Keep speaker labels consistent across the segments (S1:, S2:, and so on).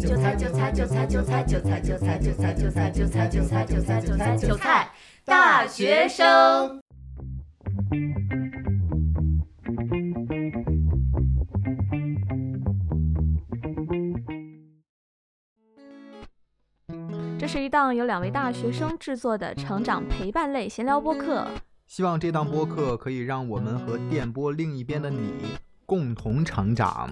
S1: 韭菜，韭菜，韭菜，韭菜，韭菜，韭菜，韭菜，韭菜，韭菜，韭菜，韭菜，韭菜，韭菜，大学生。
S2: 这是一档由两位大学生制作的成长陪伴类闲聊播客。
S3: 希望这档播客可以让我们和电波另一边的你共同成长。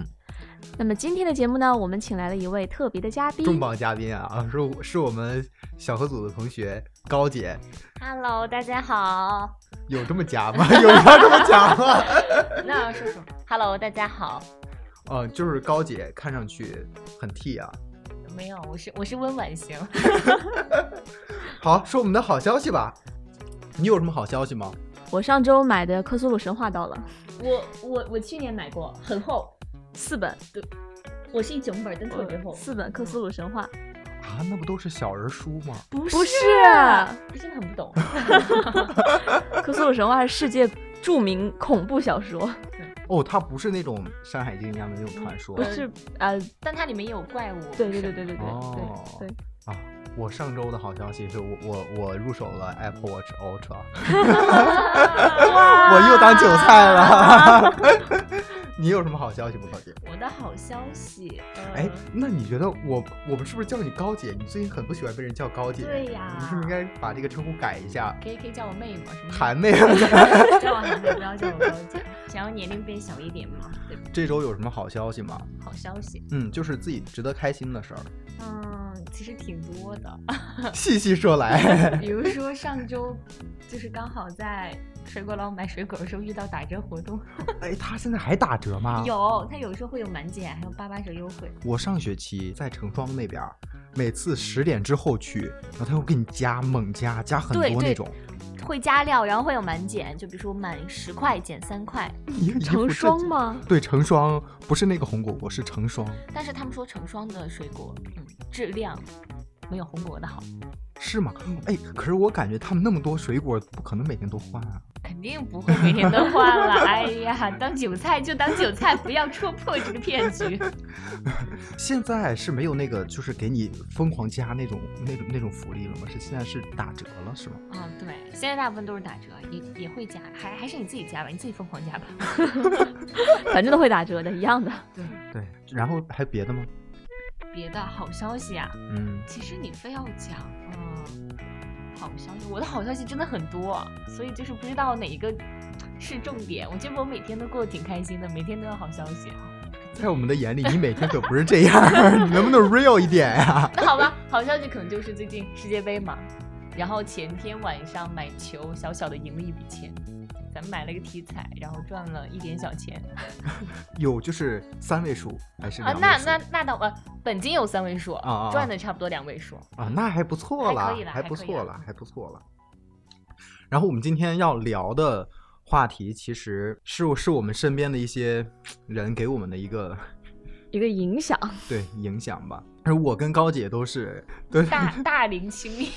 S2: 那么今天的节目呢，我们请来了一位特别的嘉
S3: 重
S2: 宾。
S3: 磅嘉宾啊，是我是我们小何组的同学高姐，
S1: Hello，大家好。
S3: 有这么夹吗？有要这么夹吗？
S1: 那要说什么？Hello，大家好。
S3: 呃，就是高姐看上去很 T 啊。
S1: 没有，我是我是温婉型。
S3: 好，说我们的好消息吧。你有什么好消息吗？
S2: 我上周买的《克苏鲁神话》到了
S4: 我我我去年买过，很厚，
S2: 四本，
S4: 我是一整本，真特别厚，
S2: 四本《克苏鲁神话》
S3: 啊，那不都是小人书吗？
S4: 不
S2: 不是
S4: 不是很不 懂。
S2: 《克苏鲁神话》是世界著名恐怖小说，
S3: 哦，它不是那种《山海经》一样的那种传说
S2: 不是呃，
S1: 但它里面也有怪物。
S2: 对对对对对对
S3: 哦
S2: 对对，
S3: 啊。我上周的好消息是我我我入手了 Apple Watch Ultra，
S1: 哇
S3: 我又当韭菜。了。 你有什么好消息吗，高姐？
S4: 我的好消息，呃
S3: 哎，那你觉得我我们是不是叫你高姐？你最近很不喜欢被人叫高姐，
S4: 对
S3: 我
S4: 呀
S3: 们是不是应该把这个称呼改一下？
S1: 可以可以叫我妹吗？什么
S3: 韩妹，
S4: 叫我韩妹，不要叫我高姐，想要年龄变小一点嘛。对，
S3: 这周有什么好消息吗？
S1: 好消息？
S3: 嗯，就是自己值得开心的事 儿，
S1: 嗯，其实挺多的。
S3: 细细说来。
S1: 比如说上周，就是刚好在水果郎买水果的时候遇到打折活动，
S3: 哎，他现在还打折吗？
S4: 有，它有时候会有满减，还有八八折优惠。
S3: 我上学期在成双那边儿，每次十点之后去，然后他会给你加猛加，加很
S4: 对
S3: 多那
S4: 对
S3: 种。
S4: 会加料，然后会有满减，就比如说满十块减三块，
S3: 一个衣服
S2: 成
S3: 这
S2: 双？ 吗？
S3: 对，成双不是那个红果果，是成双，
S4: 但是他们说成双的水果，嗯，质量
S1: 没有红果的好，
S3: 是吗？哎，可是我感觉他们那么多水果，不可能每天都换啊。
S1: 肯定不会每天都换了。哎呀，当韭菜就当韭菜，不要戳破这个骗局。
S3: 现在是没有那个，就是给你疯狂加那种那种那种福利了吗？是现在是打折了是吗？
S1: 嗯，对，现在大部分都是打折，也也会加，还还是你自己加吧，你自己疯狂加吧。
S2: 反正都会打折的，一样的。
S3: 对，然后还别的吗？
S1: 别的好消息啊，
S3: 嗯，
S1: 其实你非要讲，嗯，好消息，我的好消息真的很多，所以就是不知道哪一个是重点。我觉得我每天都过得挺开心的，每天都有好消息。啊
S3: 在我们的眼里，你每天可不是这样儿， 你能不能 real 一点啊呀、
S1: 那好吧，好消息可能就是最近世界杯嘛，然后前天晚上买球，小小的赢了一笔钱，咱们买了个体彩，然后赚了一点小钱
S3: 有就是三位数还是
S1: 啊
S3: 两。位
S1: 那
S3: 数
S1: 那那倒呃，本金有三位数，
S3: 啊啊啊
S1: 赚的差不多两位数。
S3: 啊，那还不错啦
S1: 还可以，啦
S3: 不
S1: 还可
S3: 错
S1: 以
S3: 啦，还不错啦。然后我们今天要聊的话题，其实是我是我们身边的一些人给我们的一个
S2: 一个影响，
S3: 对影响吧。而我跟高姐都是都是
S1: 大 大龄青年，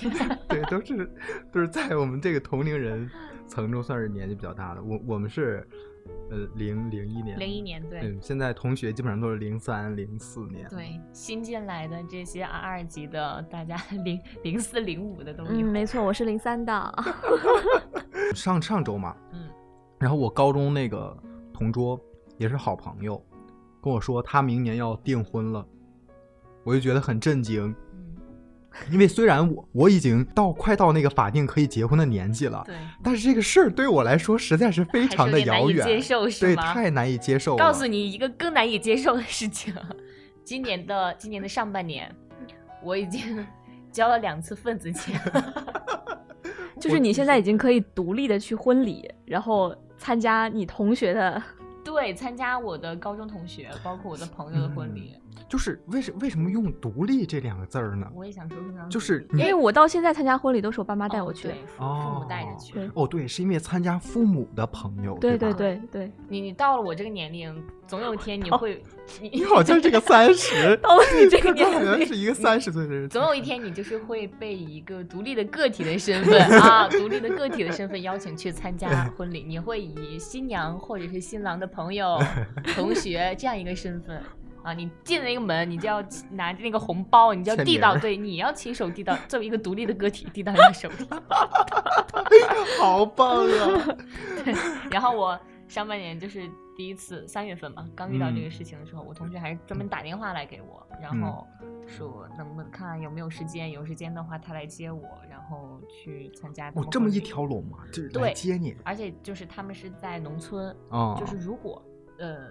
S3: 对，都是都是在我们这个同龄人层中算是年纪比较大的。我我们是呃零零一 年，
S1: 零一年对。
S3: 嗯，现在同学基本上都是零三、零四年。
S1: 对，新进来的这些二二级的，大家 零零四零五的都有。
S2: 嗯，没错，我是零三的，
S3: 上上周嘛，
S1: 嗯，
S3: 然后我高中那个同桌也是好朋友，跟我说他明年要订婚了，我就觉得很震惊，
S1: 嗯，
S3: 因为虽然我我已经到快到那个法定可以结婚的年纪了，
S1: 对，
S3: 但是这个事儿对我来说实在是非
S1: 还是
S3: 常
S1: 有
S3: 的
S1: 点难
S3: 遥
S1: 以接
S3: 远，
S1: 受是
S3: 对，
S1: 吗？
S3: 太难以接受了。
S1: 告诉你一个更难以接受的事情， 今年的今年的上半年，我已经 交了两次份子 钱。
S2: 就是你现在已经可以独立的去婚礼，然后参加你同学的，
S1: 对，参加我的高中同学，包括我的朋友的婚礼，
S3: 就是为什为什么用独立这两个字儿呢？
S1: 我也想说说。
S3: 嗯就是
S2: 因
S3: 你
S2: 为我到现在参加婚礼都是我爸妈带我去，
S1: 哦对父父
S3: 哦
S1: 母带着去。
S2: 对
S3: 哦，对，是因为参加父母的朋友，
S2: 对对
S3: 对吧
S2: 对对，，
S1: 你你到了我这个年龄，总有一天你会，
S3: 哦你好像是个三十
S2: 到了你 这个
S3: 这好
S2: 年
S3: 像
S2: 龄，
S3: 是一个三十岁的人，
S1: 总 有一天，你就是会被一个独立的个体的身份啊，独立的个体的身份邀请去参 加婚礼。 你会以新娘或者是新郎的朋友、同学这样一个身份啊，你进了一个门，你就要起拿着那个红包，你就要
S3: 签
S1: 递
S3: 名
S1: 到，
S3: 儿
S1: 对，你要亲手递到，作为一个独立的个体递到你的手里。
S3: 哎好棒啊！
S1: 然后我上半年就是第一次三月份嘛，刚遇到这
S3: 嗯
S1: 个事情的时候，我同学还专门打电话来给我，然
S3: 嗯
S1: 后说能不能看看有没有时间，有时间的话他来接我，然后去参加。
S3: 我这么一，条龙嘛，就是来
S1: 对
S3: 接你
S1: 而且就是他们是在农村，
S3: 啊，
S1: 就是如果呃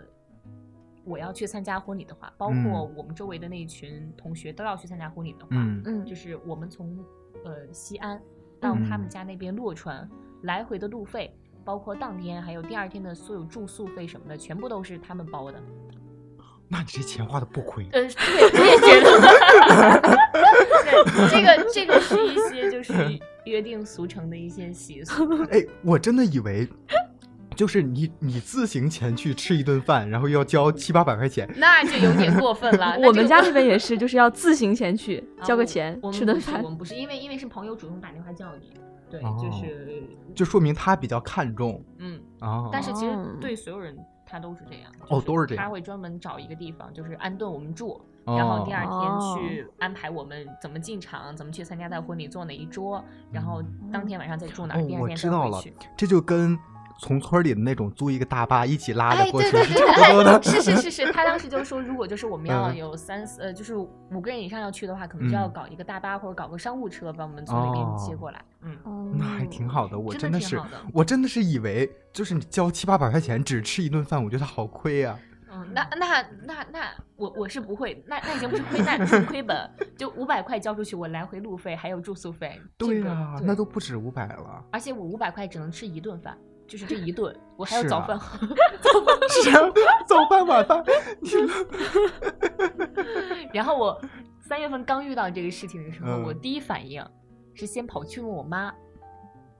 S1: 我要去参加婚礼的话，包
S3: 嗯
S1: 括我们周围的那一群同学都要去参加婚礼的话，
S3: 嗯
S2: 嗯
S1: 就是我们从呃西安到他们
S3: 嗯
S1: 家那边洛川，来回的路费，包括当天还有第二天的所有住宿费什么的，全部都是他们包的。
S3: 那你这钱花的不亏，
S1: 呃，对，我也觉 得。对，这个这个是一些 就是约定俗成的一些习 俗。
S3: 哎，我真的以为。就是你，你自行前去吃一顿饭，然后要交七八百块钱，
S1: 那就有点过分 了。那这
S2: 我们
S1: 个
S2: 家这边也是，就是要自行前去
S1: 啊
S2: 交个
S1: 我
S2: 钱
S1: 我们不
S2: 吃顿
S1: 是
S2: 饭
S1: 我。们不是因为因为是朋友主动打电话叫你，对，
S3: 哦
S1: 就是
S3: 就说明他比较看重
S1: 嗯，
S3: 啊。
S1: 但是其实
S2: 哦
S1: 对所有人他都是这样，就
S3: 哦都是这样
S1: 他会专门找一个地方，就是安顿我们住，
S3: 哦
S1: 然后第二天
S2: 哦
S1: 去安排我们怎么进场，怎么去参加他的婚礼，坐哪一桌，然后当天晚上再住哪儿，
S3: 哦
S1: 第，二
S3: 我
S1: 天
S3: 知
S1: 再
S3: 道
S1: 回
S3: 了
S1: 去。，
S3: 这就跟从村里的那种租一个大巴一起拉着
S1: 哎，
S3: 过去
S1: 对
S3: 是
S1: 对
S3: 差不多
S1: 对， 哎
S3: 的。
S1: 是是是是，他当时就说，如果就是我们要
S3: 嗯
S1: 有三四呃，就是五个人以上要去的话，可能就要
S3: 嗯
S1: 搞一个大巴或者搞个商务车把我们从那边接
S3: 哦
S1: 过来。嗯，
S3: 那还挺好的，我
S1: 真
S3: 真
S1: 的
S3: 的
S1: 挺
S3: 是
S1: 好的，
S3: 我真的是以为就是你交七八百块钱只吃一顿饭，我觉得好亏啊。
S1: 嗯，那那那那我我是不会，那那已经不是亏，那是亏本，就五百块交出去，我来回路费还有住宿费。这
S3: 对
S1: 个
S3: 呀、
S1: 对。
S3: 那都不止五百了
S1: 而且我五百块只能吃一顿饭，就是这一顿，我还有
S3: 是
S1: 早
S3: 啊
S1: 饭。
S3: 是啊，早饭晚饭，
S1: 然后我三月份刚遇到这个事情的时候，我
S3: 嗯
S1: 第一反应是先跑去问我妈，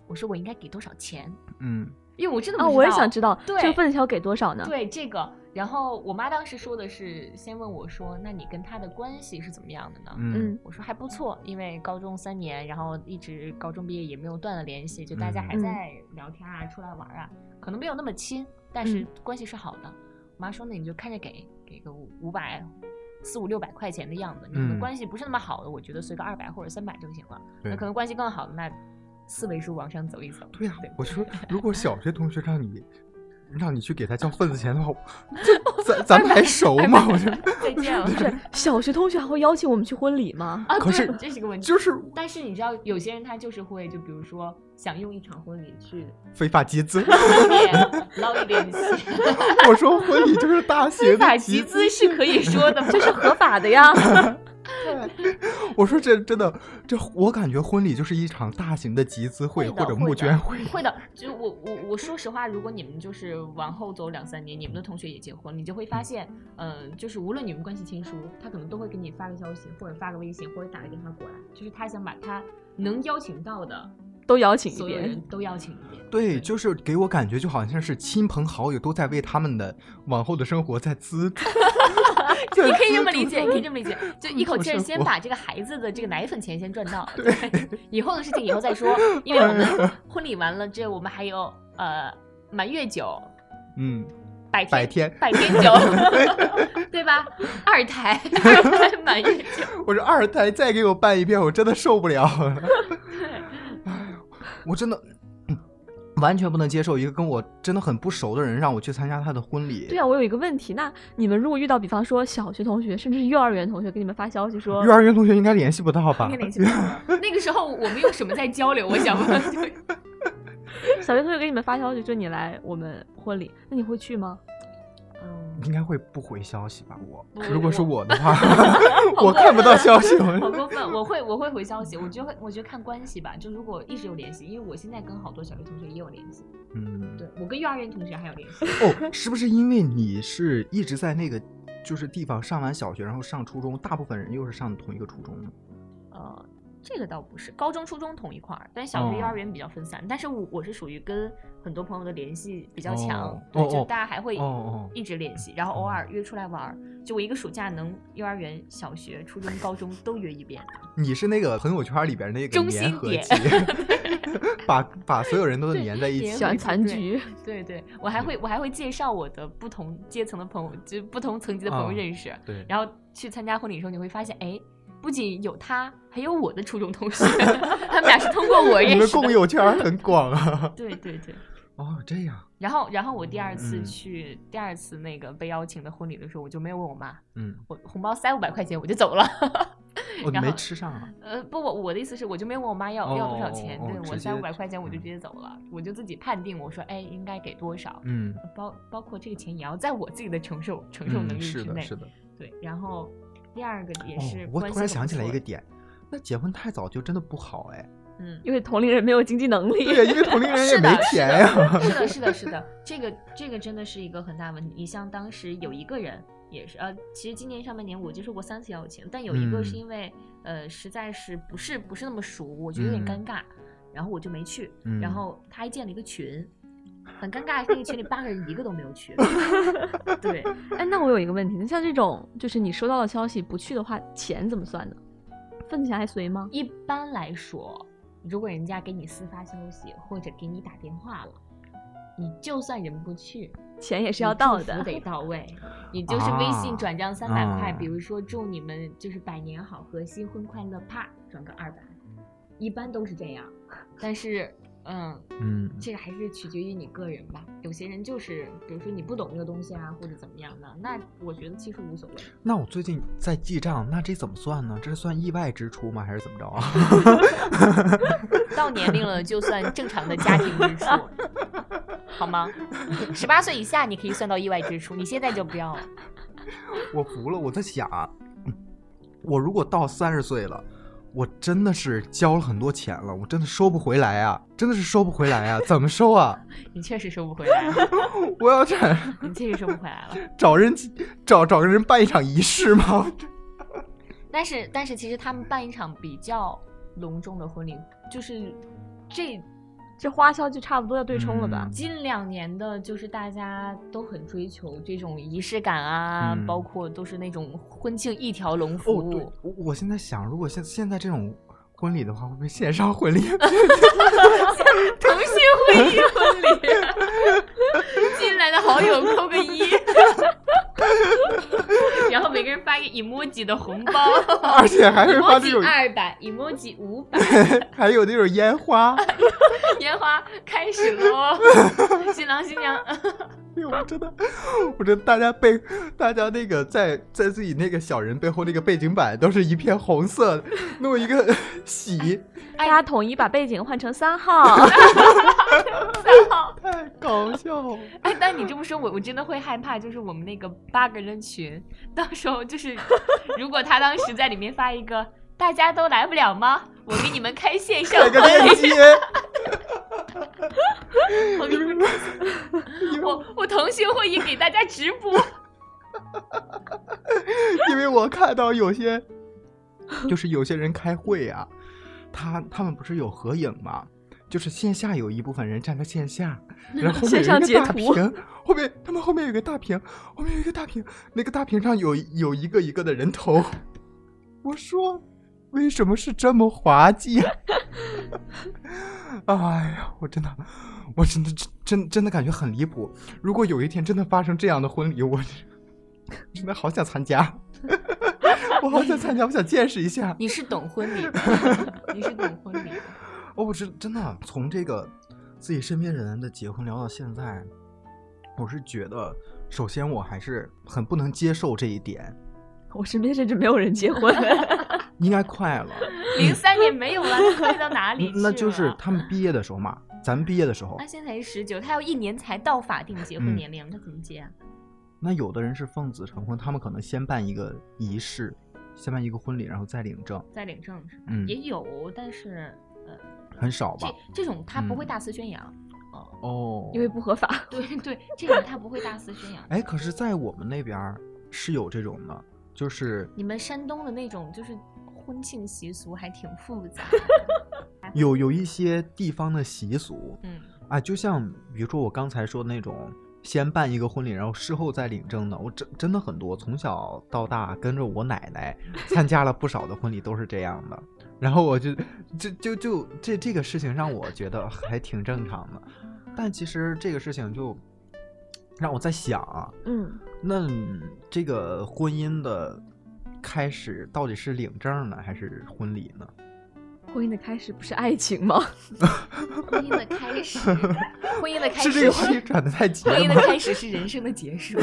S1: 我说我应该给多少钱，
S3: 嗯，
S1: 因为我真的
S2: 啊，
S1: 不
S2: 我也想
S1: 道。
S2: 知道
S1: 对
S2: 这个份子要给多少呢？
S1: 对这个，然后我妈当时说的是，先问我说，那你跟他的关系是怎么样的呢？
S3: 嗯
S2: 嗯，
S1: 我说还不错，因为高中三年，然后一直高中毕业也没有断了联系，就大家还
S2: 嗯
S1: 在聊天啊，出来玩啊，可能没有那么亲，但是
S2: 嗯
S1: 关系是好的。我妈说那你就看着给，给个五五百、四五六百块钱的样子。你们
S3: 嗯
S1: 的关系不是那么好的，我觉得随个二百或者三百就行了。那
S3: 对
S1: 可能关系更好的，那四位数往上走一走。
S3: 对呀、我说如果小学同学让你让你去给他交份子钱的话，这 咱咱们还熟吗？我觉得
S1: 再见了。
S2: 不是小学同学还会邀请我们去婚礼吗？
S1: 啊，
S3: 可
S1: 对
S3: 是
S1: 这是个问题。
S3: 就是
S1: 但是你知道，有些人他就是会，就比如说想用一场婚礼去
S3: 非法集资。
S1: 捞一点钱。
S3: 我说婚礼就是大学
S1: 非法
S3: 的
S1: 集
S3: 集
S1: 资是可以说的吗？
S2: 这是合法的呀。
S3: 我说这真的，这我感觉婚礼就是一场大型的集资会
S1: 会的
S3: 或者
S1: 会
S3: 募
S1: 的
S3: 捐会。
S1: 会的。就我我我说实话，如果你们就是往后走两三年，你们的同学也结婚，你就会发现，嗯、就是无论你们关系亲疏，他可能都会给你发个消息，或者发个微信，或者打个电话过来，就是他想把他能邀请到的
S2: 都邀请一
S1: 所有
S2: 遍
S1: 人都邀请一遍。
S3: 对，就是给我感觉就好像是亲朋好友都在为他们的往后的生活 在资助。
S1: 你可以这么理解，你可以这么理解，就一口气儿
S3: 好
S1: 先
S3: 生活
S1: 把这个孩子的这个奶粉钱先赚到，对，以后的事情以后再说，因为我们婚礼完了，这我们还有呃满月酒，
S3: 嗯，
S1: 百天
S3: 百天
S1: 百天 酒，对吧？二胎满月酒，
S3: 我说二胎再给我办一遍，我真的受不了了。我真的嗯完全不能接受一个跟我真的很不熟的人让我去参加他的婚礼。
S2: 对啊，我有一个问题，那你们如果遇到，比方说小学同学，甚至是幼儿园同学给你们发消息说
S3: 幼，儿园同学应该联系不到吧
S1: 应该？联系不到了。那个时候我们用什么在交流？我想问，嗯就
S2: 小学同学给你们发消息说你来我们婚礼，那你会去吗？
S1: 嗯，
S3: 应该会不回消息吧？我
S1: 不
S3: 如果是
S1: 我
S3: 我的话，我看不到消息。
S1: 啊好
S3: 我
S1: 过分，我会我会回消息，我觉得我觉得看关系吧，就如果一直有联系，因为我现在跟好多小学同学也有联系，
S3: 嗯，
S1: 对我跟幼儿园同学还有联系，
S3: 哦，是不是因为你是一直在那个就是地方上完小学，然后上初中，大部分人又是上同一个初中呢？
S1: 呃，这个倒不是，高中、初中同一块儿，但小学、
S3: 哦
S1: 幼儿园比较分散。但是我我是属于跟很多朋友的联系比较强，
S3: 哦
S1: 对
S3: 哦
S1: 就
S3: 哦
S1: 大家还会
S3: 哦嗯哦
S1: 一直联系，然后偶尔约出来玩儿。就我一个暑假能幼儿园、小学、初中、高中都约一遍。
S3: 你是那个朋友圈里边那个
S1: 中心
S3: 粘合
S1: 点
S3: 剂， 把把所有人都
S1: 对
S3: 粘在一
S1: 粘
S3: 起
S2: 喜。欢残局，
S1: 对对，我还会我还会介绍我的不同阶层的朋友，就是不同层级的朋友
S3: 哦
S1: 认识。
S3: 对，
S1: 然后去参加婚礼的时候，你会发现，哎，不仅有他，还有我的初中同学， 他们俩是通过我
S3: 你
S1: 认
S3: 们
S1: 识
S3: 共
S1: 的。
S3: 友圈儿很广啊。
S1: 对对对，
S3: 哦，这样，
S1: 然后然后我第二次
S3: 嗯
S1: 去、第二次那个被邀请的婚礼的时候，我就没有问我妈，
S3: 嗯，
S1: 我红包塞五百块钱我就走了。
S3: 哦，你
S1: 然后
S3: 没吃上啊？
S1: 呃，不，我我的意思是，我就没有问我妈要、
S3: 哦
S1: 要多少钱，
S3: 哦哦
S1: 对
S3: 直
S1: 我塞
S3: 接
S1: 五百块钱我就
S3: 嗯
S1: 直接走了，我就自己判定，我说，哎，应该给多少，
S3: 嗯，
S1: 包包括这个钱也要在我自己的承受承受能力
S3: 嗯，
S1: 之
S3: 是的，
S1: 内。
S3: 是的。
S1: 对，然后第二个也是、
S3: 哦，我突然想起来一个，点，那结婚太早就真的不好 哎。
S1: 嗯，
S2: 因为同龄人没有经济能力。
S3: 对呀，因为同龄人也
S1: 是的
S3: 没钱呀。
S1: 是的，是的，是的，这个这个真的是一个很大问题。你像当时有一个人也是，呃，其实今年上半年我接受过三次邀请，但有一个是
S3: 嗯
S1: 因为、呃实在是不是不是那么熟，我觉得有点尴
S3: 嗯
S1: 尬，然后我就没去。
S3: 嗯
S1: 然后他还建了一个群，很尴尬，那个群里八个人一个都没有去。 对，
S2: 哎，那我有一个问题，那像这种就是你收到的消息不去的话，钱怎么算呢？份子钱还随吗？
S1: 一般来说，如果人家给你私发消息或者给你打电话了，你就算人不去，
S2: 钱也
S1: 是
S2: 是要到的。
S1: 得到位。你 就是微信转账三百
S3: 啊
S1: 块，比如说祝你们就是百年好合、新婚快乐，啪转个二百，一般都是这样。但是，嗯，
S3: 嗯，
S1: 这个还是取决于你个人吧。有些人就是，比如说你不懂这个东西啊，或者怎么样的，那我觉得其实无所谓。
S3: 那我最近在记账，那这怎么算呢？这是算意外支出吗？还是怎么着啊？
S1: 到年龄了就算正常的家庭支出， 好吗？十八岁以下你可以算到意外支出，你现在就不要了。
S3: 我服了，我在想，嗯我如果到三十岁了，我真的是交了很多钱了，我真的收不回来啊，真的是收不回来啊，怎么收啊？
S1: 你确实收不回来了，
S3: 我要找
S1: 你确实收不回来了。
S3: 找人找找个人办一场仪式吗？
S1: 但是但是其实他们办一场比较隆重的婚礼，就是这
S2: 这花销就差不多要对冲了吧？
S1: 近两年的，就是大家都很追求这种仪式感啊，
S3: 嗯
S1: 包括都是那种婚庆一条龙服
S3: 哦，
S1: 务。
S3: 对，我我现在想，如果现现在这种婚礼的话，会不会线上婚礼？
S1: 腾讯会议婚礼， 进来的好友扣个一， 然后每个人发一个 emoji 的红包，
S3: 而且还会发这种
S1: ，emoji 二百，emoji 五百，
S3: 还有那种烟花，哎
S1: 烟花开始喽，新郎新娘。
S3: 哎呦，我真的，我真的大家背，大家那个在在自己那个小人背后那个背景板都是一片红色，弄一个 喜，
S2: 大
S3: 哎
S2: 家统一把背景换成三 号，
S3: 太搞笑了。
S1: 哎，但你这么说，我我真的会害怕，就是我们那个八个人群，到时候就是， 如果他当时在里面发一个“大家都来不了吗？我给你们开线上
S3: 开个
S1: 婚
S3: 链
S1: 礼”，
S3: 接，
S1: 我给你们开线我我腾讯会议给大家直播，
S3: 因为我看到有些，就是有些人开会啊，他他们不是有合影吗？就是线下有一部分人站在线下，然后后面
S2: 线上
S3: 有一个大
S2: 截图
S3: 屏，后面他们后面有个大屏，后面有一个大屏，那个大屏上有有一个一个的人头。我说，为什么是这么滑稽 啊？哎呀，我真的，我真的真真的感觉很离谱。如果有一天真的发生这样的婚礼，我真的好想参加， 我好想参加，我想见识一下。
S1: 你是懂婚礼，你是懂婚礼，
S3: 哦，我真真的从这个自己身边人的结婚聊到现在，我是觉得，首先我还是很不能接受这一点，
S2: 我身边甚至没有人结 婚。
S3: 应该快了，
S1: 零三年没有了，那快到哪里去
S3: 那就是
S1: 了
S3: 他们毕业的时候嘛，咱们毕业的时候
S1: 他，现在十九，他要一年才到法定结婚
S3: 嗯
S1: 年龄，他怎么结啊？
S3: 那有的人是奉子成婚，他们可能先办一个仪式，先办一个婚礼，然后再领证，
S1: 在领证是吧？
S3: 嗯
S1: 也有，但是呃，
S3: 很少吧
S1: 这？这种他不会
S3: 嗯
S1: 大肆宣扬。
S3: 哦，
S2: 因为不合法。
S1: 对对，这个他不会大肆宣扬。
S3: 哎，可是，在我们那边儿是有这种的，就是
S1: 你们山东的那种就是婚庆习俗还挺复杂。
S3: 有有一些地方的习俗
S1: 嗯，
S3: 啊，就像比如说我刚才说的那种，先办一个婚礼，然后事后再领证的，我真真的很多，从小到大跟着我奶 奶参加了不少的婚礼，都是这样的。然后我就就就就这这个事情让我觉得还挺正常的，但其实这个事情就让我在想啊，
S2: 嗯，
S3: 那这个婚姻的开始到底是领证呢，还是婚礼呢？
S2: 婚姻的开始不是爱情吗？
S1: 婚姻的开 始，婚姻的开
S3: 是
S1: 始，
S3: 这个话题转的太急
S1: 婚
S3: 了
S1: 姻的
S3: 吗？
S1: 开始是人生的结束，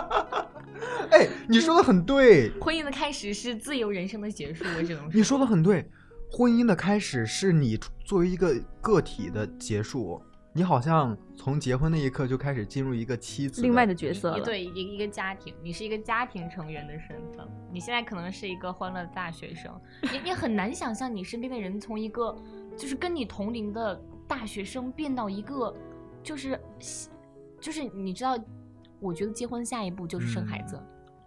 S3: 哎，你说的很对，
S1: 婚姻的开始是自由人生的结束。我只能说，
S3: 你说的很对。婚姻的开始是你作为一个个体的结束，你好像从结婚那一刻就开始进入一个妻子
S2: 另外的角
S1: 一
S2: 色
S1: 一
S2: 了。
S1: 对一个一个家庭，你是一个家庭成员的身份。你现在可能是一个欢乐的大学生，你你很难想象你身边的人从一个就是跟你同龄的大学生变到一个就是就是你知道，我觉得结婚下一步就是生孩子，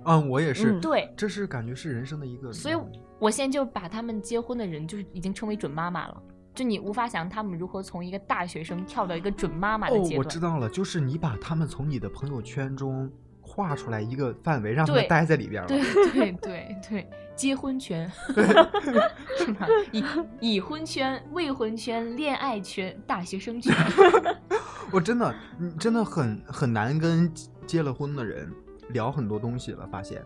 S3: 嗯，我也是，
S2: 嗯
S1: 对。
S3: 这是感觉是人生的一个。嗯
S1: 所以我现在就把他们结婚的人就是已经称为准妈妈了。就你无法想象他们如何从一个大学生跳到一个准妈妈的
S3: 哦
S1: 阶，
S3: 我
S1: 段。
S3: 知道了，就是你把他们从你的朋友圈中划出来一个范围，让他们
S1: 对
S3: 待在里边了。
S1: 对对 对对，结婚 圈是吗？已已婚圈、未婚圈、恋爱圈、大学生 圈，
S3: 我真的，嗯真的很很难跟结了婚的人聊很多东西了，发现。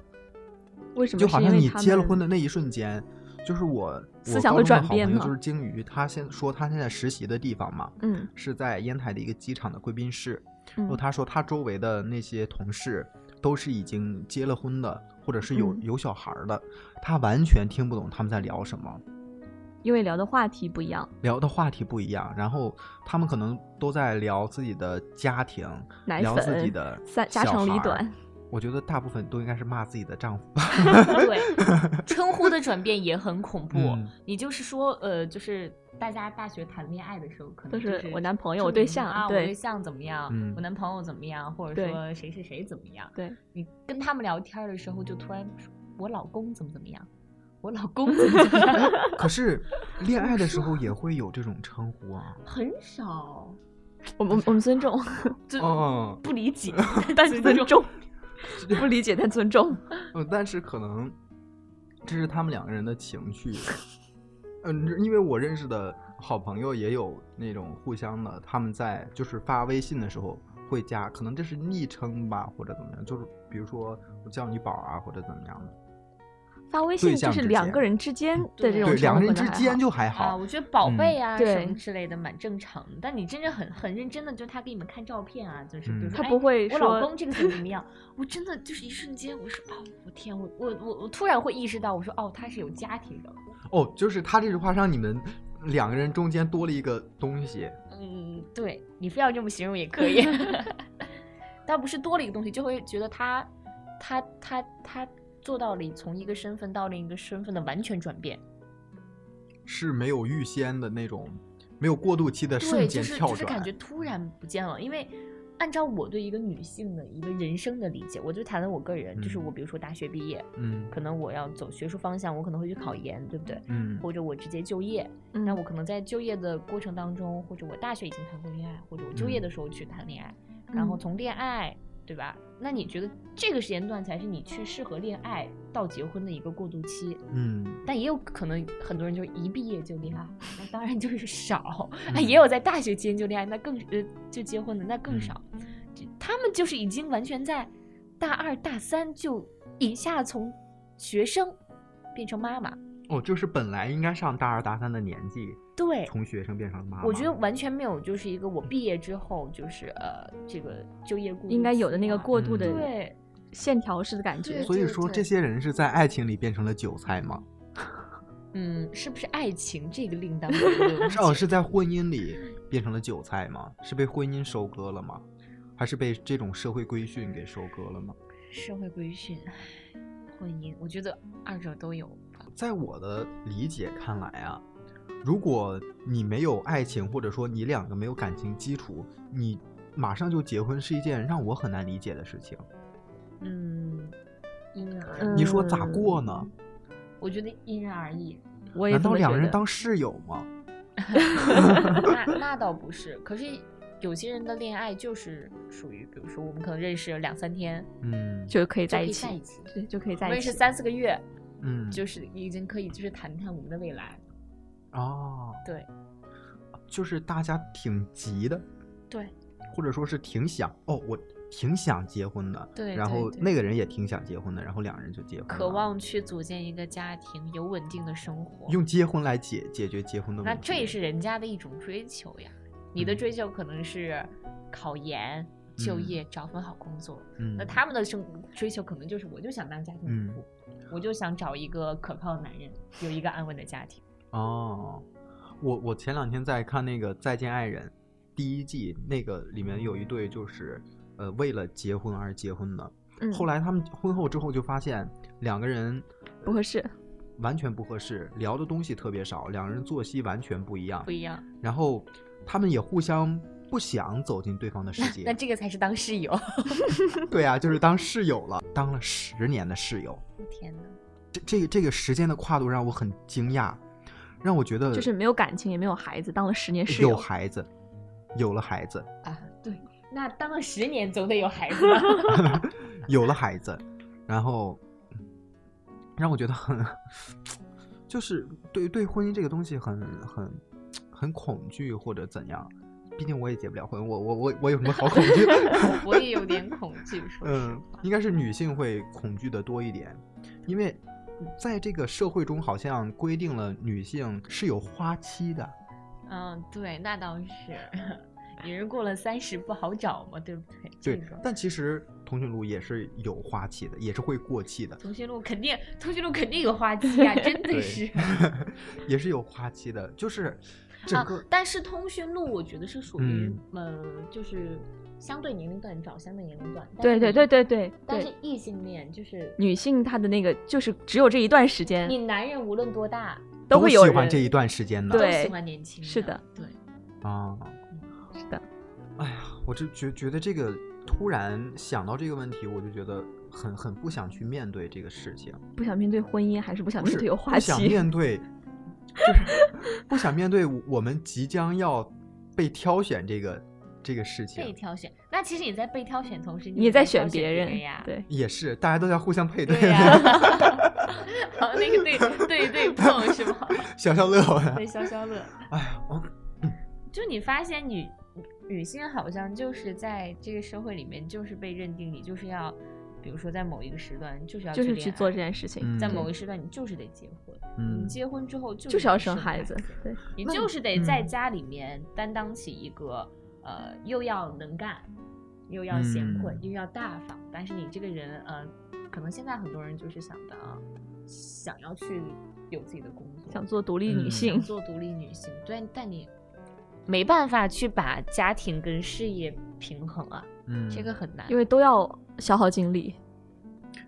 S2: 为什么？
S3: 就好像
S2: 是因
S3: 你
S2: 为他
S3: 结了
S2: 们
S3: 婚的那一瞬间，就是我
S2: 思想会转变
S3: 嘛。
S2: 吗
S3: 就是鲸鱼，他现说他现在实习的地方嘛，
S2: 嗯
S3: 是在烟台的一个机场的贵宾室。然
S2: 嗯
S3: 后哦他说他周围的那些同事都是已经结了婚的，或者是有、
S2: 嗯
S3: 有小孩儿的，他完全听不懂他们在聊什么，
S2: 因为聊的话题不一样，
S3: 聊的话题不一样。然后他们可能都在聊自己的家庭，
S2: 奶
S3: 聊自己
S2: 粉
S3: 的
S2: 三家
S3: 小
S2: 长里
S3: 孩儿
S2: 短。
S3: 我觉得大部分都应该是骂自己的丈夫吧。
S1: 对，称呼的转变也很恐怖。
S3: 嗯
S1: 你就是说，呃，就是大家大学谈恋爱的时候，可能
S2: 都
S1: 就是
S2: 我男朋友
S1: 注
S2: 我对
S1: 明
S2: 象
S1: 啊，我
S2: 对
S1: 对象怎么样，
S3: 嗯
S1: 我男朋友怎么样，或者
S2: 对
S1: 说谁谁谁怎么样。
S2: 对，
S1: 你跟他们聊天的时候，就突然说我老公怎么怎么样，我老公怎么怎么 样，
S3: 可是恋爱的时候也会有这种称呼啊。
S1: 很少，
S2: 我们我们尊 重，
S1: 就
S3: 嗯，
S1: 不理 解，
S2: 但
S1: 尊
S2: 尊
S1: 重
S2: 重，不理解但尊重。
S3: 呃，但是可能这是他们两个人的情绪。嗯，因为我认识的好朋友也有那种互相的，他们在就是发微信的时候会加，可能这是昵称吧，或者怎么样，就是比如说我叫你宝儿啊，或者怎么样的。
S2: 发微信就
S3: 象
S2: 是
S3: 之
S2: 两
S3: 间
S2: 个人之间的
S1: 对
S2: 这种
S3: 对，
S2: 场
S3: 两个
S2: 合
S3: 人
S2: 呢
S3: 之
S2: 还
S3: 间
S2: 好
S3: 就还
S1: 啊，
S3: 好。
S1: 我觉得宝
S3: 嗯
S1: 贝啊、
S2: 对
S1: 什么之类的蛮正常的，但你真正很很认真的，就是他给你们看照片啊，就是比如
S3: 嗯
S1: 说、
S2: 他
S1: 哎
S2: 不会
S1: 我
S2: 说
S1: 老公这个怎么怎么样，我真的就是一瞬间，我说哦，我天，我我我我突然会意识到，我说哦，他是有家庭的，
S3: 哦，就是他这句话让你们两个人中间多了一个东西。
S1: 嗯，对你非要这么形容也可 以， 但不是多了一个东西，就会觉得他他他他做到了从一个身份到另一个身份的完全转变，
S3: 是没有预先的那种，没有过渡期的瞬
S1: 对，
S3: 间
S1: 就是
S3: 跳
S1: 就
S3: 转。
S1: 是感觉突然不见了，因为按照我对一个女性的一个人生的理解，我就谈论我个人，就是
S3: 嗯
S1: 我比如说大学毕业，
S3: 嗯
S1: 可能我要走学术方向，我可能会去考研，对不对？
S3: 嗯
S1: 或者我直接就业，
S2: 嗯
S1: 那我可能在就业的过程当中，或者我大学已经谈过恋爱，或者我就业
S3: 嗯
S1: 的时候去谈恋爱，然后
S2: 嗯
S1: 从恋爱，对吧？那你觉得这个时间段才是你去适合恋爱到结婚的一个过渡期？
S3: 嗯，
S1: 但也有可能很多人就是一毕业就恋爱，那当然就是少；啊
S3: 嗯
S1: 也有在大学期间就恋爱，那更呃就结婚的那更少。这他们就是已经完全在大二大三就一下从学生变成妈妈，
S3: 哦，就是本来应该上大二大三的年纪，
S1: 对。
S3: 从学生变成了妈妈。
S1: 我觉得完全没有，就是一个我毕业之后就是呃，这个就业顾虑
S2: 应该有的那个过渡
S3: 嗯
S2: 的
S1: 对，
S2: 线条式的感觉
S1: 对。
S3: 所以说
S1: 对
S3: 这些人是在爱情里变成了韭菜吗？
S1: 嗯，是不是爱情这个另当别论？
S3: 是哦，是在婚姻里变成了韭菜吗？是被婚姻收割了吗？还是被这种社会规训给收割了吗？
S1: 社会规训、婚姻，我觉得二者都有吧。
S3: 在我的理解看来啊，如果你没有爱情，或者说你两个没有感情基础，你马上就结婚是一件让我很难理解的事情。
S1: 嗯，婴儿
S2: 嗯
S3: 你说咋过呢？
S1: 我觉得因人而异。
S2: 我也
S3: 难
S2: 这
S3: 道
S2: 么
S3: 两
S2: 觉
S3: 人
S2: 得。
S3: 当室友吗？
S1: 那那倒不是，可是有些人的恋爱就是属于，比如说我们可能认识两三天
S3: 嗯
S2: 就可以
S1: 就
S2: 在
S1: 可
S2: 一
S1: 以
S2: 起
S1: 在，一起，
S2: 对，就可以
S1: 我
S2: 在
S1: 们
S2: 一
S1: 认
S2: 起
S1: 识。三四个月，
S3: 嗯，
S1: 就是已经可以就是谈谈我们的未来。
S3: 哦，
S1: 对，
S3: 就是大家挺急的，
S1: 对，
S3: 或者说是挺想哦，我挺想结婚的，
S1: 对
S3: 然
S1: 对
S3: 后
S1: 对
S3: 那个人也挺想结婚的，然后两人就结婚了，
S1: 渴望去组建一个家庭，有稳定的生活。
S3: 用结婚来解解决结婚的问
S1: 那
S3: 题，
S1: 这也是人家的一种追求呀。你的
S3: 嗯
S1: 追求可能是考研、就业、找份好工作，
S3: 嗯，
S1: 那他们的生追求可能就是我就想当家庭主妇，我就想找一个可靠的男人，有一个安稳的家庭。
S3: 哦，我我前两天在看那个《再见爱人》第一季，那个里面有一对就是呃为了结婚而结婚的，
S2: 嗯，
S3: 后来他们婚后之后就发现两个人
S2: 不合适。
S3: 完全不合适，聊的东西特别少，两人作息完全不一样
S1: 不，一样，
S3: 然后他们也互相不想走进对方的世 界
S1: 那。这个才是当室友。
S3: 对啊，就是当室友了，当了十年的室友，
S1: 天哪，
S3: 这这个这个时间的跨度让我很惊讶，让我觉得
S2: 就是没有感情，也没有孩子，当了十年室
S3: 有
S2: 友，
S3: 孩子，有了孩子。
S1: 啊，对，那当了十年总得有孩子 吧？
S3: 有了孩子，然后让我觉得很，就是对对婚姻这个东西很很很恐惧或者怎样。毕竟我也结不了婚，我我我我有什么好恐惧？
S1: 我也有点恐惧，说实
S3: 嗯，
S1: 话。
S3: 应该是女性会恐惧的多一点，因为在这个社会中好像规定了女性是有花期的。
S1: 嗯，对，那倒是，女人过了三十不好找嘛，对不对？这
S3: 对
S1: 个，
S3: 但其实通讯录也是有花期的，也是会过 期的。
S1: 通讯录肯定，通讯录肯定有花期啊，真的
S3: 对
S1: 是。
S3: 也是有花期的，就是整个、
S1: 啊，但是通讯录我觉得是属于
S3: 嗯、
S1: 呃，就是相对年龄段找相对年龄段。但
S2: 对
S1: 是
S2: 对
S1: 你
S2: 对。对对
S1: 但
S2: 对
S1: 是。异性恋就是
S2: 女性她的那个就是只有这一段时间
S1: 你男人无论多大
S2: 都会有
S3: 喜欢
S2: 人
S3: 这一段时间的。
S1: 都
S2: 对
S1: 喜欢年轻
S2: 是的，
S1: 对，
S3: 啊，
S2: 是的，
S3: 哎呀，我就觉觉得这个突然想到这个问题，我就觉得很很不想去面对这个事情，
S2: 不想面对婚姻，还是不想
S3: 不
S2: 面
S3: 是
S2: 对有花
S3: 不想
S2: 期。
S3: 面对，就是不想面对我我们即将要被挑选这个这个事
S1: 被
S3: 情。
S1: 挑选。那其实你在被挑选同时，
S2: 你
S1: 也
S2: 也在
S1: 挑
S2: 选别人
S1: 呀，，
S2: 对，
S3: 也是，大家都在互相配对，
S1: 对 呀、好，那个对对对碰是吗？
S3: 消消乐。
S1: 对消消乐。
S3: 哎呀，嗯
S1: 就你发现女女性好像就是在这个社会里面，就是被认定你就是要，比如说在某一个时段就是要
S2: 就是
S1: 去
S2: 去
S1: 恋
S2: 做
S1: 爱
S2: 这件事情，
S3: 嗯
S1: 在某个时段你就是得结婚，你
S3: 嗯，
S1: 结婚之后就
S2: 就是是要
S1: 得
S2: 生
S1: 孩
S2: 孩子，对，
S1: 你
S3: 那
S1: 就是得在
S3: 嗯
S1: 家里面担当起一个呃又要能干，又要贤惠
S3: 嗯，
S1: 又要大方，但是你这个人呃，可能现在很多人就是想的啊，想要去有自己的工作，
S2: 想做独立女
S3: 嗯
S2: 性，
S1: 做独立女性，对，但你没办法去把家庭跟事业平衡啊，
S3: 嗯
S1: 这个很难。
S2: 因为都要消耗精力。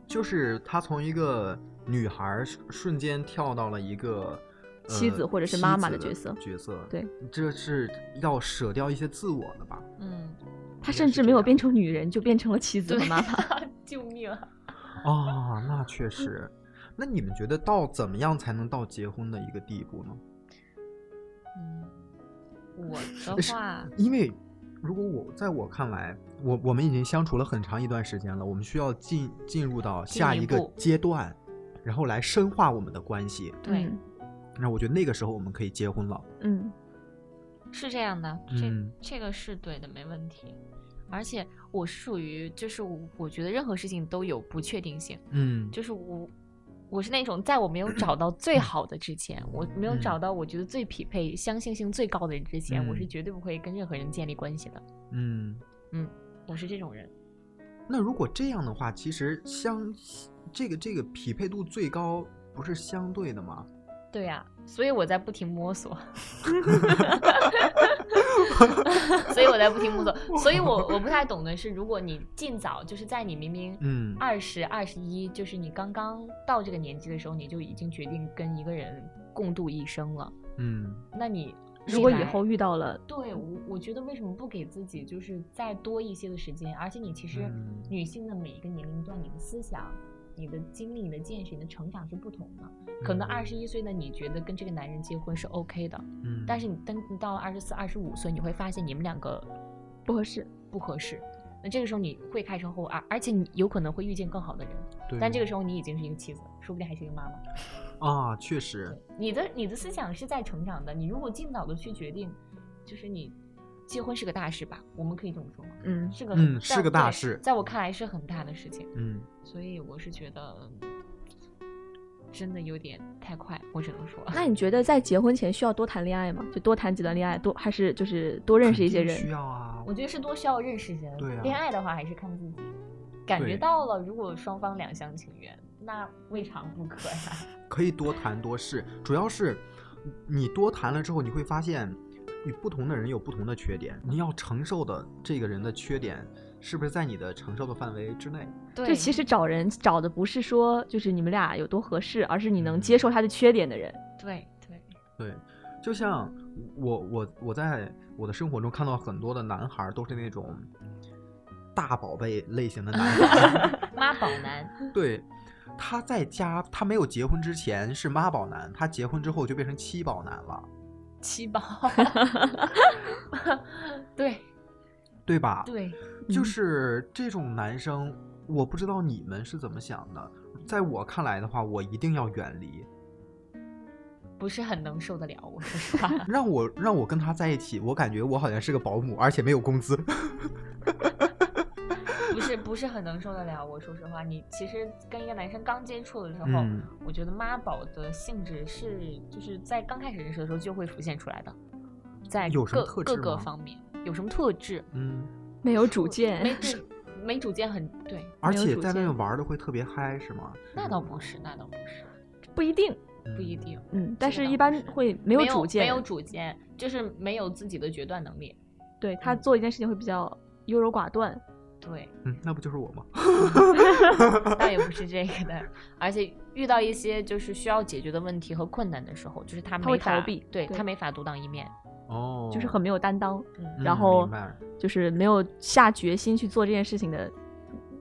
S3: 就是她从一个女孩儿瞬瞬间跳到了一个、呃
S2: 妻子或者是妈妈的
S3: 妻子
S2: 角色
S3: 角色
S2: 对，
S3: 这是要舍掉一些自我的吧？
S1: 嗯，
S2: 她
S3: 也
S2: 甚
S3: 是
S2: 至
S3: 这
S2: 没有
S3: 样
S2: 变成女人，就变成了妻子
S1: 对
S2: 和妈妈。
S1: 救命啊！
S2: 嗯
S3: 哦，那确实。那你们觉得到怎么样才能到结婚的一个地步呢？
S1: 嗯，我 的话，
S3: 因为如果我在我看来，我我们已经相处了很长一段时间了，我们需要进进入到下
S1: 进一
S3: 一个
S1: 步
S3: 阶段，然后来深化我们的关系。
S1: 对，
S2: 嗯
S3: 那我觉得那个时候我们可以结婚了。
S2: 嗯，
S1: 是这样的，这、
S3: 嗯
S1: 这个是对的，没问题。而且我是属于，就是我我觉得任何事情都有不确定性，
S3: 嗯，
S1: 就是我我是那种在我没有找到最好的之前，我没有
S3: 嗯
S1: 找到我觉得最匹配、相信性最高的人之前，我是
S3: 嗯
S1: 绝对不会跟任何人建立关系的。
S3: 嗯。
S1: 我是这种人。
S3: 那如果这样的话，其实相这个这个匹配度最高不是相对的吗？
S1: 对呀、所以我在不停摸 索，所以我在不停摸索，所以我我不太懂的是，如果你尽早就是在你明明
S3: 嗯
S1: 二十二十一，就是你刚刚到这个年纪的时候，你就已经决定跟一个人共度一生了，
S3: 嗯
S1: 那你
S2: 如果
S1: 未
S2: 以
S1: 来
S2: 后遇到了，
S1: 对我我觉得为什么不给自己就是再多一些的时间？而且你其实
S3: 嗯
S1: 女性的每一个年龄段，你的思想、你的经历、你的见识、你的成长是不同的。可能二
S2: 嗯
S1: 十一岁的你觉得跟这个男人结婚是 OK 的，
S3: 嗯，
S1: 但是你等你到二十四、二十五岁，你会发现你们两个
S2: 不合适。
S1: 不合适。那这个时候你会开始后啊，而且你有可能会遇见更好的人，
S3: 对
S1: 但这个时候你已经是一个妻子，说不定还是一个妈妈。
S3: 啊，确实，
S1: 你的你的思想是在成长的，你如果尽早的去决定，就是你结婚是个大事吧，我们可以这么说吗？
S2: 嗯，
S1: 是个
S3: 嗯
S1: 很
S3: 是
S1: 在
S3: 个大
S1: 对
S3: 事
S1: 在我看来是很大的事情，
S3: 嗯，
S1: 所以我是觉得真的有点太快，我只能说。
S2: 那你觉得在结婚前需要多谈恋爱吗？就多谈几段恋爱，多还是就是多认识一些
S3: 肯定需
S2: 人？
S3: 要啊，
S1: 我觉得是多需要认识人，
S3: 对啊
S1: 恋爱的话还是看自己，感
S3: 对
S1: 觉到了，如果双方两厢情愿，那未尝不可呀、
S3: 可以多谈多试，主要是你多谈了之后，你会发现与不同的人有不同的缺点，你要承受的这个人的缺点是不是在你的承受的范围之内？
S4: 对
S2: 就其实找人找的不是说就是你们俩有多合适，而是你
S3: 嗯
S2: 能接受他的缺点的人。
S4: 对对，
S3: 对，就像我我我在我的生活中看到很多的男孩儿都是那种大宝贝类型的男孩儿，
S1: 妈宝男，
S3: 对。他在家，他没有结婚之前是妈宝男，他结婚之后就变成妻宝男了，
S1: 七宝， 对
S3: 对吧？
S1: 对，
S3: 就
S2: 嗯
S3: 是这种男生，我不知道你们是怎么想的。在我看来的话，我一定要远离。
S1: 不是很能受得了，我说实话。
S3: 让我让我跟他在一起，我感觉我好像是个保姆，而且没有工资。
S1: 不是不是很能受得了。我说实话，你其实跟一个男生刚接触的时候，
S3: 嗯，
S1: 我觉得妈宝的性质是就是在刚开始认识的时候就会浮现出来的，在
S3: 有什么
S1: 各
S3: 特
S1: 各
S3: 质
S1: 个
S3: 吗
S1: 方面有什么特质，
S3: 嗯，
S2: 没有主
S1: 没
S2: 见，
S1: 对没主见很对，
S3: 而
S2: 没有
S3: 且
S2: 主
S3: 在那
S2: 见
S3: 里玩的会特别嗨，是吗？
S1: 那倒不是，那倒不是，
S2: 不一定。
S3: 嗯
S1: 不一，定。
S2: 嗯，但
S1: 这个
S2: 是
S1: 倒
S2: 一
S1: 不
S2: 般
S1: 是
S2: 会没
S1: 没
S2: 有主见，
S1: 没有主见，就是没有自己的决断能力。
S2: 对
S1: 嗯
S2: 他做一件事情会比较优柔寡断。
S1: 对，
S3: 嗯，那不就是我吗？
S1: 倒也不是这个的，而且遇到一些就是需要解决的问题和困难的时候，就是他
S2: 他会
S1: 没法
S2: 逃避
S1: 对
S2: 对
S1: 他没法独当一面。
S3: 哦，
S2: 就是很没有担当，
S1: 嗯
S3: 嗯，
S2: 然后
S3: 明白。
S2: 就是没有下决心去做这件事情的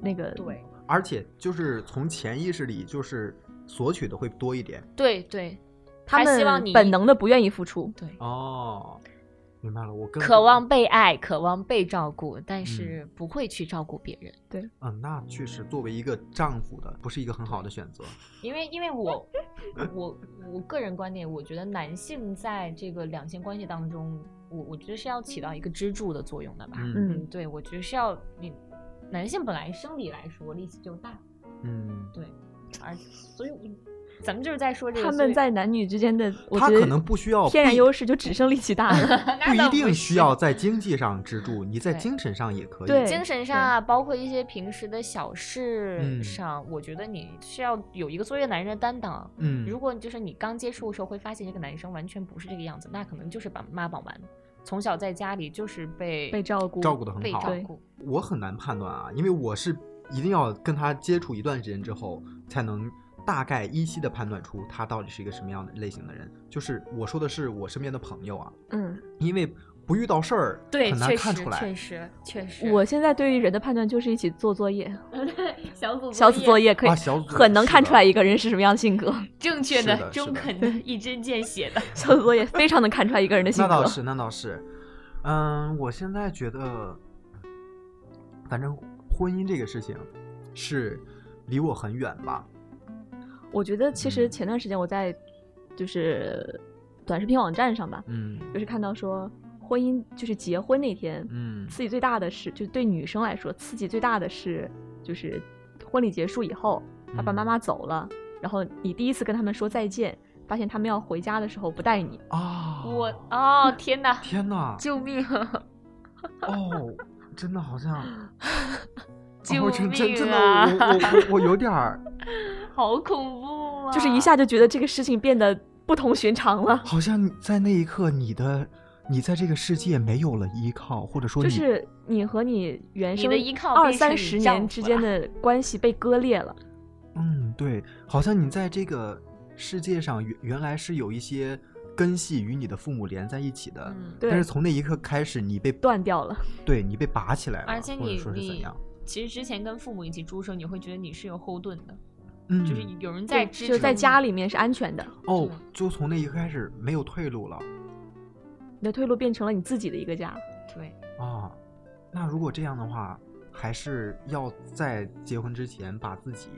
S2: 那个。
S1: 对，
S3: 而且就是从潜意识里就是索取的会多一点。
S1: 对对，
S2: 他
S1: 还
S2: 们
S1: 希望你
S2: 本能的不愿意付出。
S1: 对，
S3: 哦，明白了，我更
S1: 渴望被爱，渴望被照顾，但是不会去照顾别人，
S3: 嗯，那确实作为一个丈夫的，不是一个很好的选择。
S1: 因为因为我我我个人观点，我觉得男性在这个两性关系当中，我我觉得是要起到一个支柱的作用的吧。
S3: 嗯
S2: 嗯，
S1: 对，我觉得是要你男性本来生理来说力气就大，
S3: 嗯，
S1: 而所以我咱们就是在说这个，
S2: 他
S1: 所
S2: 们
S1: 以
S2: 在男女之间的，我
S3: 他
S2: 觉得
S3: 可能不需要
S2: 天然
S3: 不一
S2: 优势，就只剩力气大了。
S1: 那
S3: 不
S1: 倒
S3: 一定
S1: 是
S3: 需要在经济上支柱，你在
S1: 对
S3: 精神上也可以。
S2: 对
S1: 精神上啊，包括一些平时的小事
S3: 嗯
S1: 上，我觉得你是要有一个作为一个男人的担当。
S3: 嗯，
S1: 如果就是你刚接触的时候会发现这个男生完全不是这个样子，那可能就是把妈宝男，从小在家里就是被
S2: 被照顾
S3: 照顾的很
S1: 被
S3: 好
S1: 照
S2: 对
S1: 顾，
S3: 我很难判断啊，因为我是一定要跟他接触一段时间之后，才能大概依稀的判断出他到底是一个什么样的类型的人。就是我说的是我身边的朋友啊，
S2: 嗯，
S3: 因为不遇到事儿
S1: 对，
S3: 很难
S1: 确
S3: 看
S1: 实
S3: 出来
S1: 确。实确实，
S2: 我现在对于人的判断就是一起做作业，
S1: 小组
S2: 小组作业可以
S3: 啊小组
S2: 很能
S3: 是
S2: 看
S3: 的
S2: 出来一个人是什么样的性格。
S1: 正确
S3: 是的
S1: 的、
S3: 是
S1: 中
S3: 的
S1: 肯的、一针见血 的，
S2: 小组作业非常能看出来一个人的性
S3: 那倒
S2: 格。
S3: 是，那倒是。嗯，我现在觉得，反正婚姻这个事情是离我很远吧。
S2: 我觉得其实
S3: 嗯
S2: 前段时间我在就是短视频网站上吧，
S3: 嗯
S2: 就是看到说婚姻就是结婚那天，
S3: 嗯
S2: 刺激最大的是，就对女生来说，刺激最大的是就是婚礼结束以后，爸爸
S3: 嗯
S2: 妈妈走了，然后你第一次跟他们说再见，发现他们要回家的时候不带你，
S3: 啊，
S1: 我哦天哪，
S3: 天 哪！
S1: 救命！啊
S3: 哦，真的好 像
S1: 救
S3: 哦，真真真
S1: 命
S3: 的，
S1: 啊
S3: 我我我我有点儿，
S1: 好恐怖啊！
S2: 就是一下就觉得这个事情变得不同寻常了，
S3: 好像你在那一刻，你的你在这个世界没有了依靠，或者说
S2: 就
S3: 你
S2: 是你和你原
S1: 你
S2: 生
S1: 的依靠
S2: 二
S1: 变成
S2: 三
S1: 你
S2: 十
S1: 丈
S2: 年
S1: 夫
S2: 之间
S1: 了
S2: 的关系被割裂了。
S3: 嗯，对，好像你在这个世界上原原来是有一些根系与你的父母连在一起的，
S1: 嗯
S2: 对
S3: 但是从那一刻开始，你被
S2: 断掉了，
S3: 对你被拔起来了，
S1: 而且
S3: 或者
S1: 你
S3: 说是怎
S1: 你
S3: 样？
S1: 其实之前跟父母一起住的时候，你会觉得你是有后盾的，
S3: 嗯，
S1: 就是有人在支
S2: 就
S1: 持，
S2: 就在家里面是安全的，
S3: 哦
S1: 嗯，
S3: 就从那一刻开始没有退路了
S2: 你的退路变成了你自己的一个家。
S1: 对，
S3: 啊。那如果这样的话，还是要在结婚之前把自己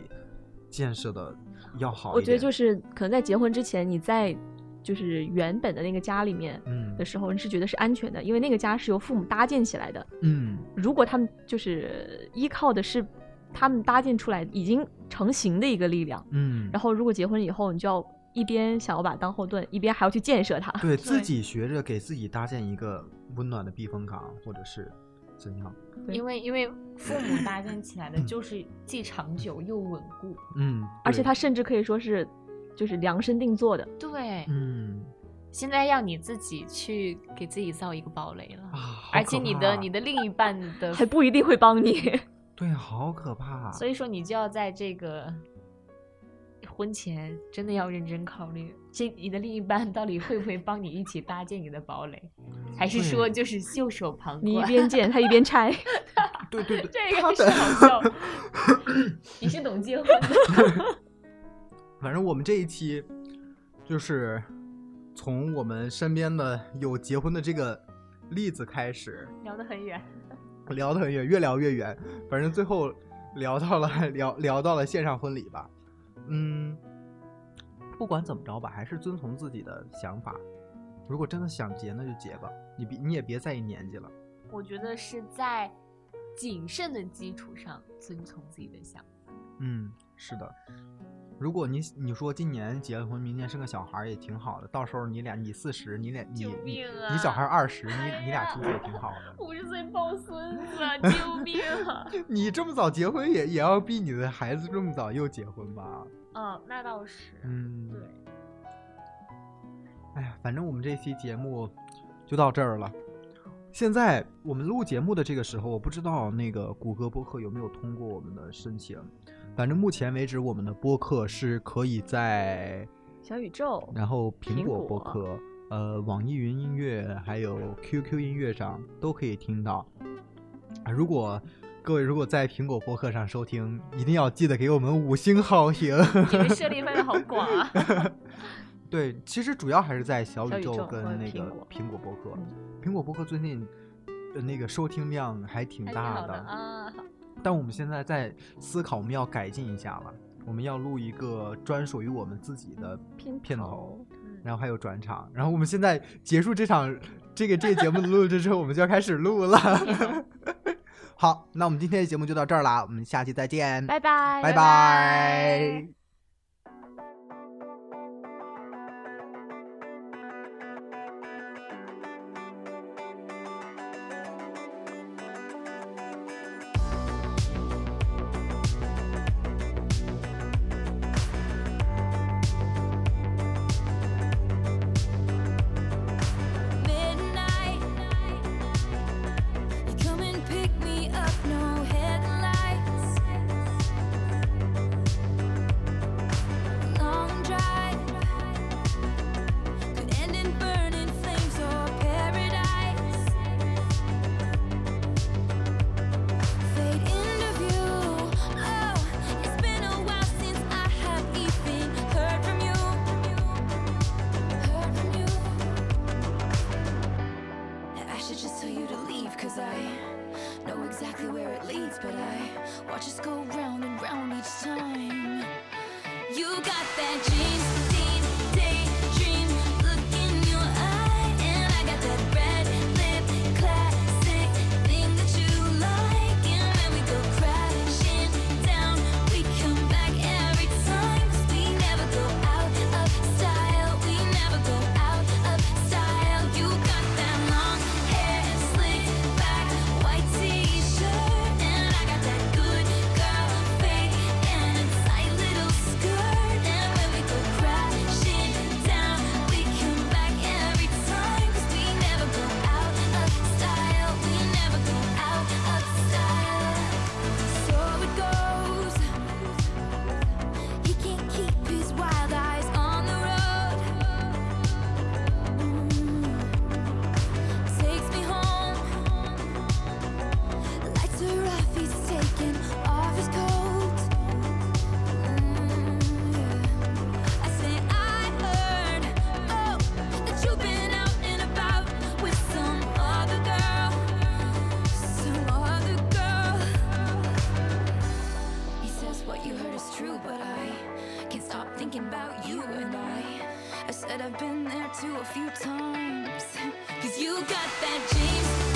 S3: 建设的要好一点。
S2: 我觉得就是可能在结婚之前，你在就是原本的那个家里面
S3: 嗯
S2: 的时候，你是觉得是安全的，因为那个家是由父母搭建起来的。
S3: 嗯
S2: 如果他们就是依靠的是他们搭建出来已经成型的一个力量，
S3: 嗯，
S2: 然后如果结婚以后，你就要一边想要把它当后盾，一边还要去建设它。
S3: 对自己学着给自己搭建一个温暖的避风港，或者是怎样？
S4: 因为因为父母搭建起来的就是既长久又稳固。
S3: 嗯，
S2: 而且
S3: 对
S2: 它甚至可以说是就是量身定做的。
S4: 对，
S3: 嗯
S4: 现在要你自己去给自己造一个堡垒了，
S3: 啊，好
S4: 而
S3: 可
S4: 且你
S3: 怕
S4: 的你的另一半 的，
S2: 还不一定会帮你，
S3: 对，好可怕。啊
S4: 所以说你就要在这个婚前真的要认真考虑，这你的另一半到底会不会帮你一起搭建你的堡垒，还是说
S3: 对
S4: 就是袖手旁
S2: 你一
S4: 观？
S2: 边建，他一边拆。
S3: 对对 对，
S4: 这
S3: 他
S4: 个是
S3: 的
S4: 好 笑，你是懂结婚的，
S3: 反正我们这一期就是从我们身边的有结婚的这个例子开始
S4: 聊得很远。
S3: 聊得很远，越聊越远。反正最后聊到了聊聊到了线上婚礼吧。嗯，不管怎么着吧，还是遵从自己的想法。如果真的想结，那就结吧。你别你也别在意年纪了。
S4: 我觉得是在谨慎的基础上遵从自己的想法。
S3: 嗯，是的。如果你你说今年结了婚，明年生个小孩儿也挺好的，到时候你俩你四十，你俩你
S4: 救
S3: 你
S4: 命
S3: 你小
S4: 啊
S3: 孩二十，你
S4: 哎
S3: 你俩
S4: 呀
S3: 出去也挺好的。
S4: 五十岁抱孙子，救命啊！
S3: 你这么早结婚也也要比你的孩子这么早又结婚吧？
S4: 嗯，那倒是。
S3: 嗯，
S4: 对。
S3: 哎呀，反正我们这期节目就到这儿了。现在我们录节目的这个时候，我不知道那个谷歌播客有没有通过我们的申请。反正目前为止，我们的播客是可以在
S2: 小宇宙，
S3: 然后苹
S2: 苹
S3: 果播
S2: 果
S3: 客、呃网易云音乐还有 QQ 音乐上都可以听到。啊如果各位如果在苹果播客上收听，一定要记得给我们五星好评。
S4: 你们涉猎范围好广 啊！
S3: 对，其实主要还是在小
S2: 小
S3: 宇
S2: 宇
S3: 宙
S2: 宙
S3: 跟
S2: 和
S3: 那
S2: 苹
S3: 个
S2: 果
S3: 苹果播客
S2: 嗯。
S3: 苹果播客最近呃那个收听量还挺
S4: 还挺
S3: 大
S4: 好的啊，
S3: 但我们现在在思考，我们要改进一下了。我们要录一个专属于我们自己的
S2: 片
S3: 片头
S2: 头，嗯
S3: 然后还有转场。然后我们现在结束这场这个这节目的录制之后，我们就要开始录了。 好，那我们今天的节目就到这儿啦，我们下期再见，
S2: 拜拜，
S3: 拜拜
S5: Midnight, you come and pick me up, no headlights. Long drive could end in burning flames or paradise. Fade into view. Oh, it's been a while since I have even heard from you. Heard from you. I should just tell you to leave, cause I know exactly where it leads, but I watch us go round and round each time. You got that jeans, teen, daydream look in your eye, and I got that red lip, classic thing that you like, and then we go crashing down. We come back every time, 'cause we never go out of style, we never go out of style. You got that long hair, slick back, white t-shirt, and I got that good girl Mm-hmm. Mm, oh, I said I've been there too a few times. Cause you got that James Oh,